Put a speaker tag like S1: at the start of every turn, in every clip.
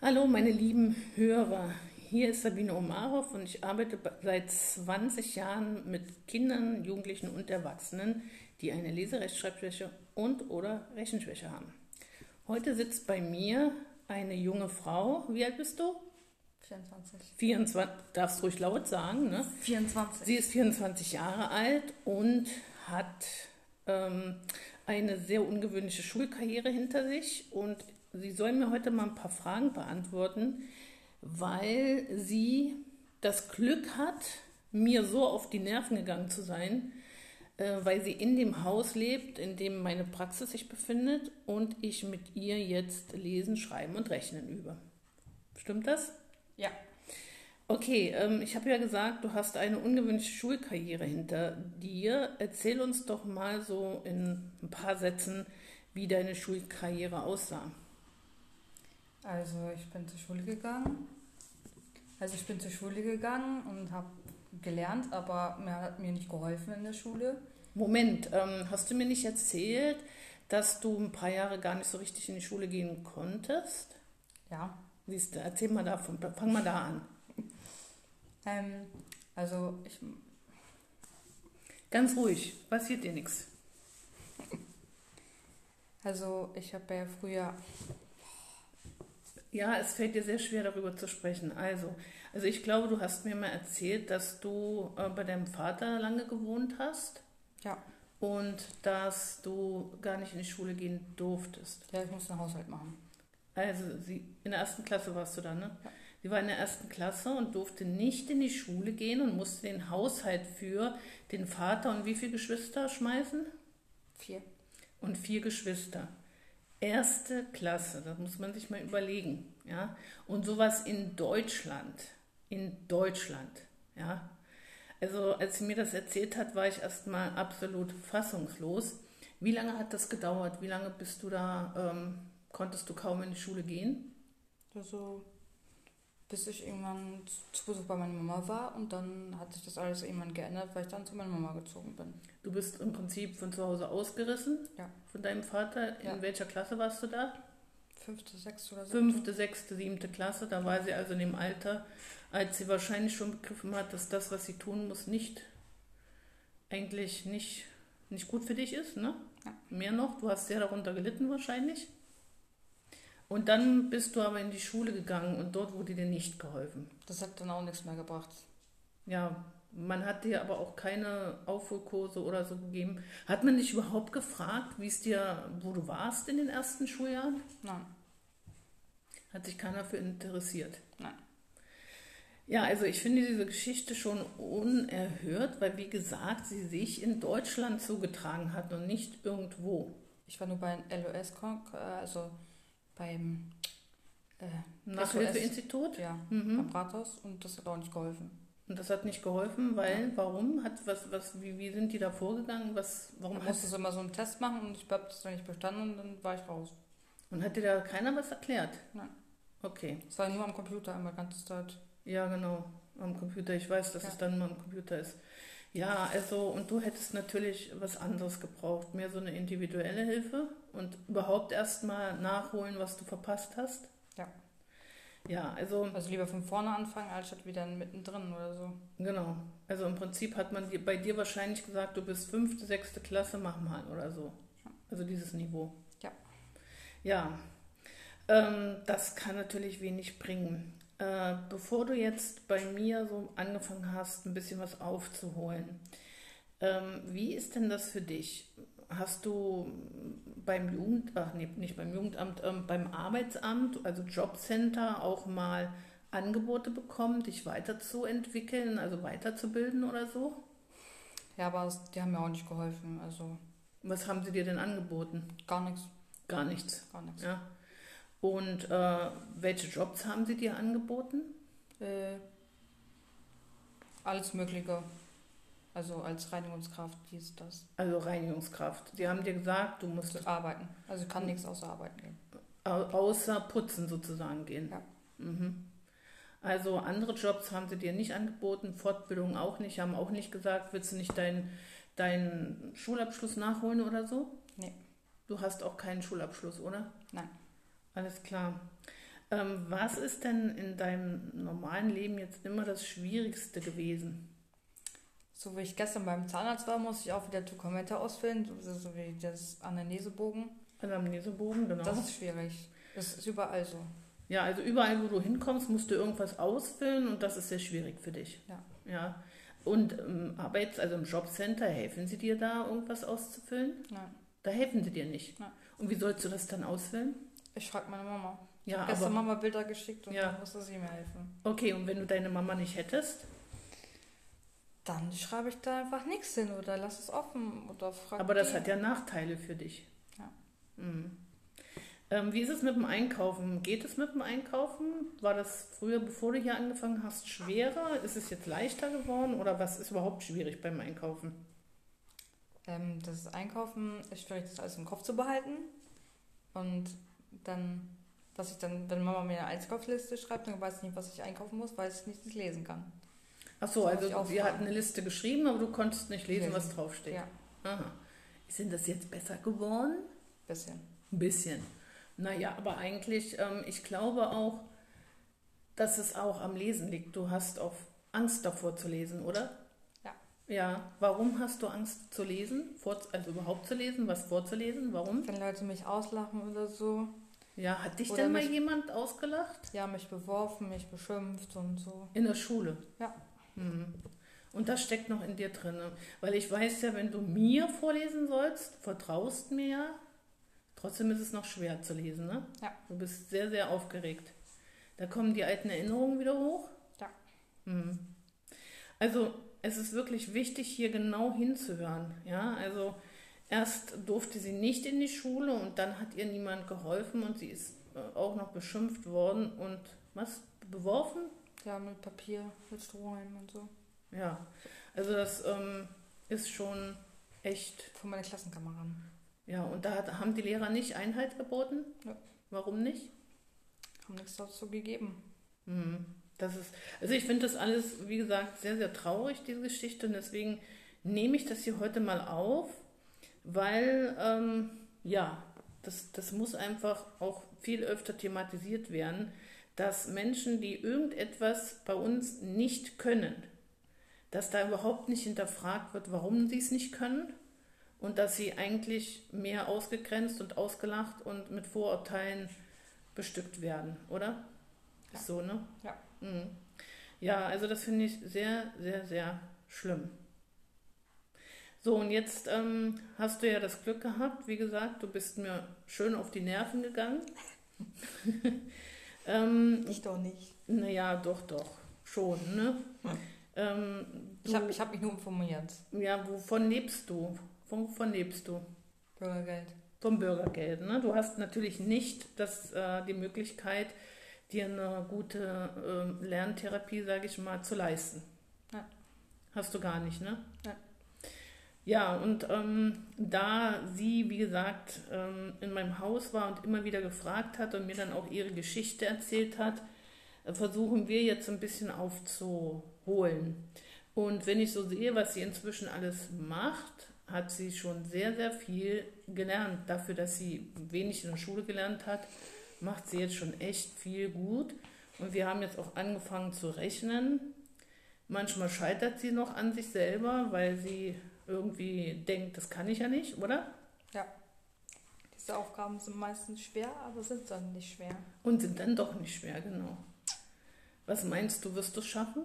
S1: Hallo, meine lieben Hörer. Hier ist Sabine Omarow und ich arbeite seit 20 Jahren mit Kindern, Jugendlichen und Erwachsenen, die eine Leserechtschreibschwäche und/oder Rechenschwäche haben. Heute sitzt bei mir eine junge Frau. Wie alt bist du?
S2: 24.
S1: 24, darfst ruhig laut sagen. Ne?
S2: 24.
S1: Sie ist 24 Jahre alt und hat ähm, eine sehr ungewöhnliche Schulkarriere hinter sich. Und sie soll mir heute mal ein paar Fragen beantworten, weil sie das Glück hat, mir so auf die Nerven gegangen zu sein, äh, weil sie in dem Haus lebt, in dem meine Praxis sich befindet und ich mit ihr jetzt lesen, schreiben und rechnen übe. Stimmt das?
S2: Ja.
S1: Okay, ähm, ich habe ja gesagt, du hast eine ungewöhnliche Schulkarriere hinter dir. Erzähl uns doch mal so in ein paar Sätzen, wie deine Schulkarriere aussah.
S2: Also ich bin zur Schule gegangen. Also ich bin zur Schule gegangen und habe gelernt, aber mir hat mir nicht geholfen in der Schule.
S1: Moment, ähm, hast du mir nicht erzählt, dass du ein paar Jahre gar nicht so richtig in die Schule gehen konntest?
S2: Ja.
S1: Siehst du, erzähl mal davon, fang mal da an.
S2: Ähm, also ich,
S1: Ganz ruhig, passiert dir nichts.
S2: also ich habe ja früher,
S1: Ja, es fällt dir sehr schwer, darüber zu sprechen. Also, also ich glaube, du hast mir mal erzählt, dass du äh, bei deinem Vater lange gewohnt hast
S2: ja,
S1: und dass du gar nicht in die Schule gehen durftest.
S2: ja, ich musste einen Haushalt machen.
S1: Also sie, in der ersten Klasse warst du da, ne?
S2: Ja.
S1: Sie war in der ersten Klasse und durfte nicht in die Schule gehen und musste den Haushalt für den Vater und wie viele Geschwister schmeißen?
S2: Vier.
S1: und vier Geschwister. Erste Klasse, das muss man sich mal überlegen, ja. Und sowas in Deutschland, in Deutschland, ja. Also als sie mir das erzählt hat, war ich erstmal absolut fassungslos. Wie lange hat das gedauert? Wie lange bist du da? Ähm, konntest du kaum in die Schule gehen?
S2: Also bis ich irgendwann zu Besuch bei meiner Mama war und dann hat sich das alles irgendwann geändert, weil ich dann zu meiner Mama gezogen bin.
S1: Du bist im Prinzip von zu Hause ausgerissen
S2: Ja,
S1: von deinem Vater. In
S2: Ja.
S1: welcher Klasse warst du da?
S2: fünfte, sechste oder siebte.
S1: fünfte, sechste, siebte Klasse, da war sie also in dem Alter, als sie wahrscheinlich schon begriffen hat, dass das, was sie tun muss, nicht eigentlich nicht, nicht gut für dich ist, ne?
S2: Ja.
S1: Mehr noch, du hast sehr darunter gelitten wahrscheinlich. Und dann bist du aber in die Schule gegangen und dort wurde dir nicht geholfen.
S2: Das hat dann auch nichts mehr gebracht.
S1: Ja, man hat dir aber auch keine Aufholkurse oder so gegeben. Hat man dich überhaupt gefragt, wie es dir, wo du warst in den ersten Schuljahren?
S2: Nein,
S1: Hat sich keiner für interessiert.
S2: nein.
S1: Ja, also ich finde diese Geschichte schon unerhört, weil wie gesagt, sie sich in Deutschland zugetragen hat und nicht irgendwo.
S2: Ich war nur bei LOS, Con- äh, also beim äh,
S1: Nachhilfeinstitut. Mhm.
S2: ja,
S1: Hm?
S2: beim Rathaus und das hat auch nicht geholfen.
S1: Und das hat nicht geholfen, weil warum? Hat was was wie, wie sind die da vorgegangen? Was
S2: Man
S1: warum hat
S2: musste so immer so einen Test machen und ich habe das dann nicht bestanden und dann war ich raus.
S1: und hat dir da keiner was erklärt?
S2: Nein.
S1: Okay.
S2: Es war nur am Computer einmal ganze Zeit.
S1: Ja, genau. Am Computer. Ich weiß, dass
S2: Ja.
S1: es dann mal am Computer ist. Ja, also, und du hättest natürlich was anderes gebraucht. Mehr so eine individuelle Hilfe und überhaupt erstmal nachholen, was du verpasst hast.
S2: Ja.
S1: Ja, also,
S2: Also lieber von vorne anfangen, als statt wieder mittendrin oder so.
S1: genau. Also im Prinzip hat man dir, bei dir wahrscheinlich gesagt, du bist fünfte, sechste Klasse, mach mal oder so. Also dieses Niveau.
S2: Ja.
S1: Ja, ähm, das kann natürlich wenig bringen. Äh, bevor du jetzt bei mir so angefangen hast, ein bisschen was aufzuholen, ähm, wie ist denn das für dich? Hast du beim Jugend, ach nee, nicht beim Jugendamt, ähm, beim Arbeitsamt, also Jobcenter, auch mal Angebote bekommen, dich weiterzuentwickeln, also weiterzubilden oder so?
S2: Ja, aber es, die haben mir auch nicht geholfen. Also
S1: Was haben sie dir denn angeboten?
S2: gar nichts,
S1: Gar nichts.
S2: gar nichts.
S1: Ja. Und äh, welche Jobs haben sie dir angeboten?
S2: Äh, alles Mögliche. Also als Reinigungskraft, dies, das.
S1: Also Reinigungskraft. Sie haben dir gesagt, du musst
S2: zu arbeiten. Also ich kann
S1: Hm.
S2: nichts außer arbeiten gehen.
S1: au- außer Putzen sozusagen gehen.
S2: Ja.
S1: Mhm. Also andere Jobs haben sie dir nicht angeboten, Fortbildung auch nicht, haben auch nicht gesagt, willst du nicht deinen deinen Schulabschluss nachholen oder so?
S2: Nee.
S1: Du hast auch keinen Schulabschluss, oder?
S2: Nein.
S1: Alles klar. Ähm, was ist denn in deinem normalen Leben jetzt immer das Schwierigste gewesen?
S2: So wie ich gestern beim Zahnarzt war, musste ich auch wieder Dokumente ausfüllen, so, so wie das Anamnesebogen.
S1: Anamnesebogen, genau.
S2: Das ist schwierig. Das ist überall so.
S1: Ja, also überall, wo du hinkommst, musst du irgendwas ausfüllen und das ist sehr schwierig für dich.
S2: Ja.
S1: Ja. Und im Arbeits-, also im Jobcenter, helfen sie dir da, irgendwas auszufüllen?
S2: Nein.
S1: Da helfen sie dir nicht.
S2: Nein.
S1: Und wie sollst du das dann ausfüllen?
S2: Ich frage meine Mama.
S1: Ja,
S2: Ja, gestern
S1: aber
S2: Mama Bilder geschickt und
S1: Ja.
S2: dann musste sie mir helfen.
S1: okay, und wenn du deine Mama nicht hättest,
S2: Dann schreibe ich da einfach nichts hin oder lass es offen oder frage.
S1: aber das
S2: die.
S1: hat ja Nachteile für dich.
S2: Ja.
S1: Mhm. Ähm, wie ist es mit dem Einkaufen? Geht es mit dem Einkaufen? War das früher, bevor du hier angefangen hast, schwerer? Ist es jetzt leichter geworden oder was ist überhaupt schwierig beim Einkaufen?
S2: ähm, das Einkaufen ist schwierig, das alles im Kopf zu behalten. Und dann, dass ich dann, wenn Mama mir eine Einkaufsliste schreibt, dann weiß ich nicht, was ich einkaufen muss, weil ich nicht lesen kann.
S1: Ach so,
S2: Das muss
S1: also
S2: ich
S1: sie
S2: aufschreiben.
S1: hat eine Liste geschrieben, aber du konntest nicht lesen, was draufsteht.
S2: Ja,
S1: Aha. Sind das jetzt besser geworden?
S2: bisschen.
S1: Ein bisschen. Naja, aber eigentlich, ähm, ich glaube auch, dass es auch am Lesen liegt. Du hast auch Angst davor zu lesen, oder?
S2: Ja.
S1: Ja, warum hast du Angst zu lesen? Vor, also überhaupt zu lesen, was vorzulesen? Warum?
S2: Wenn Leute mich auslachen oder so,
S1: Ja, hat dich
S2: Oder
S1: denn mal
S2: mich-
S1: jemand ausgelacht?
S2: ja, mich beworfen, mich beschimpft und so.
S1: In der Schule.
S2: Ja.
S1: Mhm. Und das steckt noch in dir drin. Weil ich weiß ja, wenn du mir vorlesen sollst, vertraust mir ja. Trotzdem ist es noch schwer zu lesen, ne?
S2: Ja.
S1: Du bist sehr, sehr aufgeregt. Da kommen die alten Erinnerungen wieder hoch.
S2: Ja.
S1: Mhm. Also es ist wirklich wichtig, hier genau hinzuhören. Ja, also erst durfte sie nicht in die Schule und dann hat ihr niemand geholfen und sie ist äh, auch noch beschimpft worden und was beworfen?
S2: Ja, mit Papier, mit Strohhalmen und so.
S1: Ja, also das ähm, ist schon echt.
S2: Von meinen Klassenkameraden.
S1: Ja, und da hat, haben die Lehrer nicht Einhalt geboten.
S2: Ja.
S1: Warum nicht?
S2: Haben nichts dazu gegeben.
S1: Hm, das ist, also ich finde das alles, wie gesagt, sehr, sehr traurig, diese Geschichte. Und deswegen nehme ich das hier heute mal auf, weil, ähm, ja, das, das muss einfach auch viel öfter thematisiert werden, dass Menschen, die irgendetwas bei uns nicht können, dass da überhaupt nicht hinterfragt wird, warum sie es nicht können und dass sie eigentlich mehr ausgegrenzt und ausgelacht und mit Vorurteilen bestückt werden, oder?
S2: Ja.
S1: Ist so, ne?
S2: Ja.
S1: Mhm. Ja, also das finde ich sehr, sehr, sehr schlimm. So, und jetzt ähm, hast du ja das Glück gehabt, wie gesagt, du bist mir schön auf die Nerven gegangen. ähm,
S2: Ich doch nicht.
S1: naja, doch, doch, schon, ne? Ähm, du,
S2: Ich habe ich hab mich nur informiert.
S1: ja, wovon lebst du? Von, wovon lebst du?
S2: Bürgergeld.
S1: Vom Bürgergeld. Ne? Du hast natürlich nicht das, äh, die Möglichkeit, dir eine gute ähm, Lerntherapie, sage ich mal, zu leisten.
S2: Nein.
S1: Hast du gar nicht, ne?
S2: Nein.
S1: Ja, und ähm, da sie, wie gesagt, ähm, in meinem Haus war und immer wieder gefragt hat und mir dann auch ihre Geschichte erzählt hat, äh, versuchen wir jetzt ein bisschen aufzuholen. Und wenn ich so sehe, was sie inzwischen alles macht, hat sie schon sehr, sehr viel gelernt. Dafür, dass sie wenig in der Schule gelernt hat, macht sie jetzt schon echt viel gut. Und wir haben jetzt auch angefangen zu rechnen. Manchmal scheitert sie noch an sich selber, weil sie irgendwie denkt, das kann ich ja nicht, oder?
S2: Diese Aufgaben sind meistens schwer, aber sind dann nicht schwer.
S1: Und sind dann doch nicht schwer, genau. Was meinst du, wirst du es schaffen?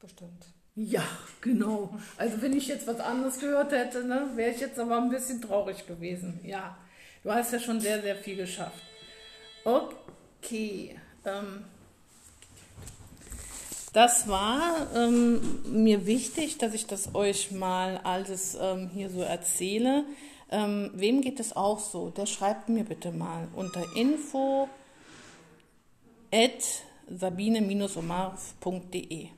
S2: Bestimmt.
S1: Ja, genau. Also wenn ich jetzt was anderes gehört hätte, ne, wäre ich jetzt aber ein bisschen traurig gewesen. Ja, du hast ja schon sehr, sehr viel geschafft. Okay. Ähm, das war ähm, mir wichtig, dass ich das euch mal alles ähm, hier so erzähle. Ähm, wem geht es auch so? Der schreibt mir bitte mal unter info at sabine-omarov.de.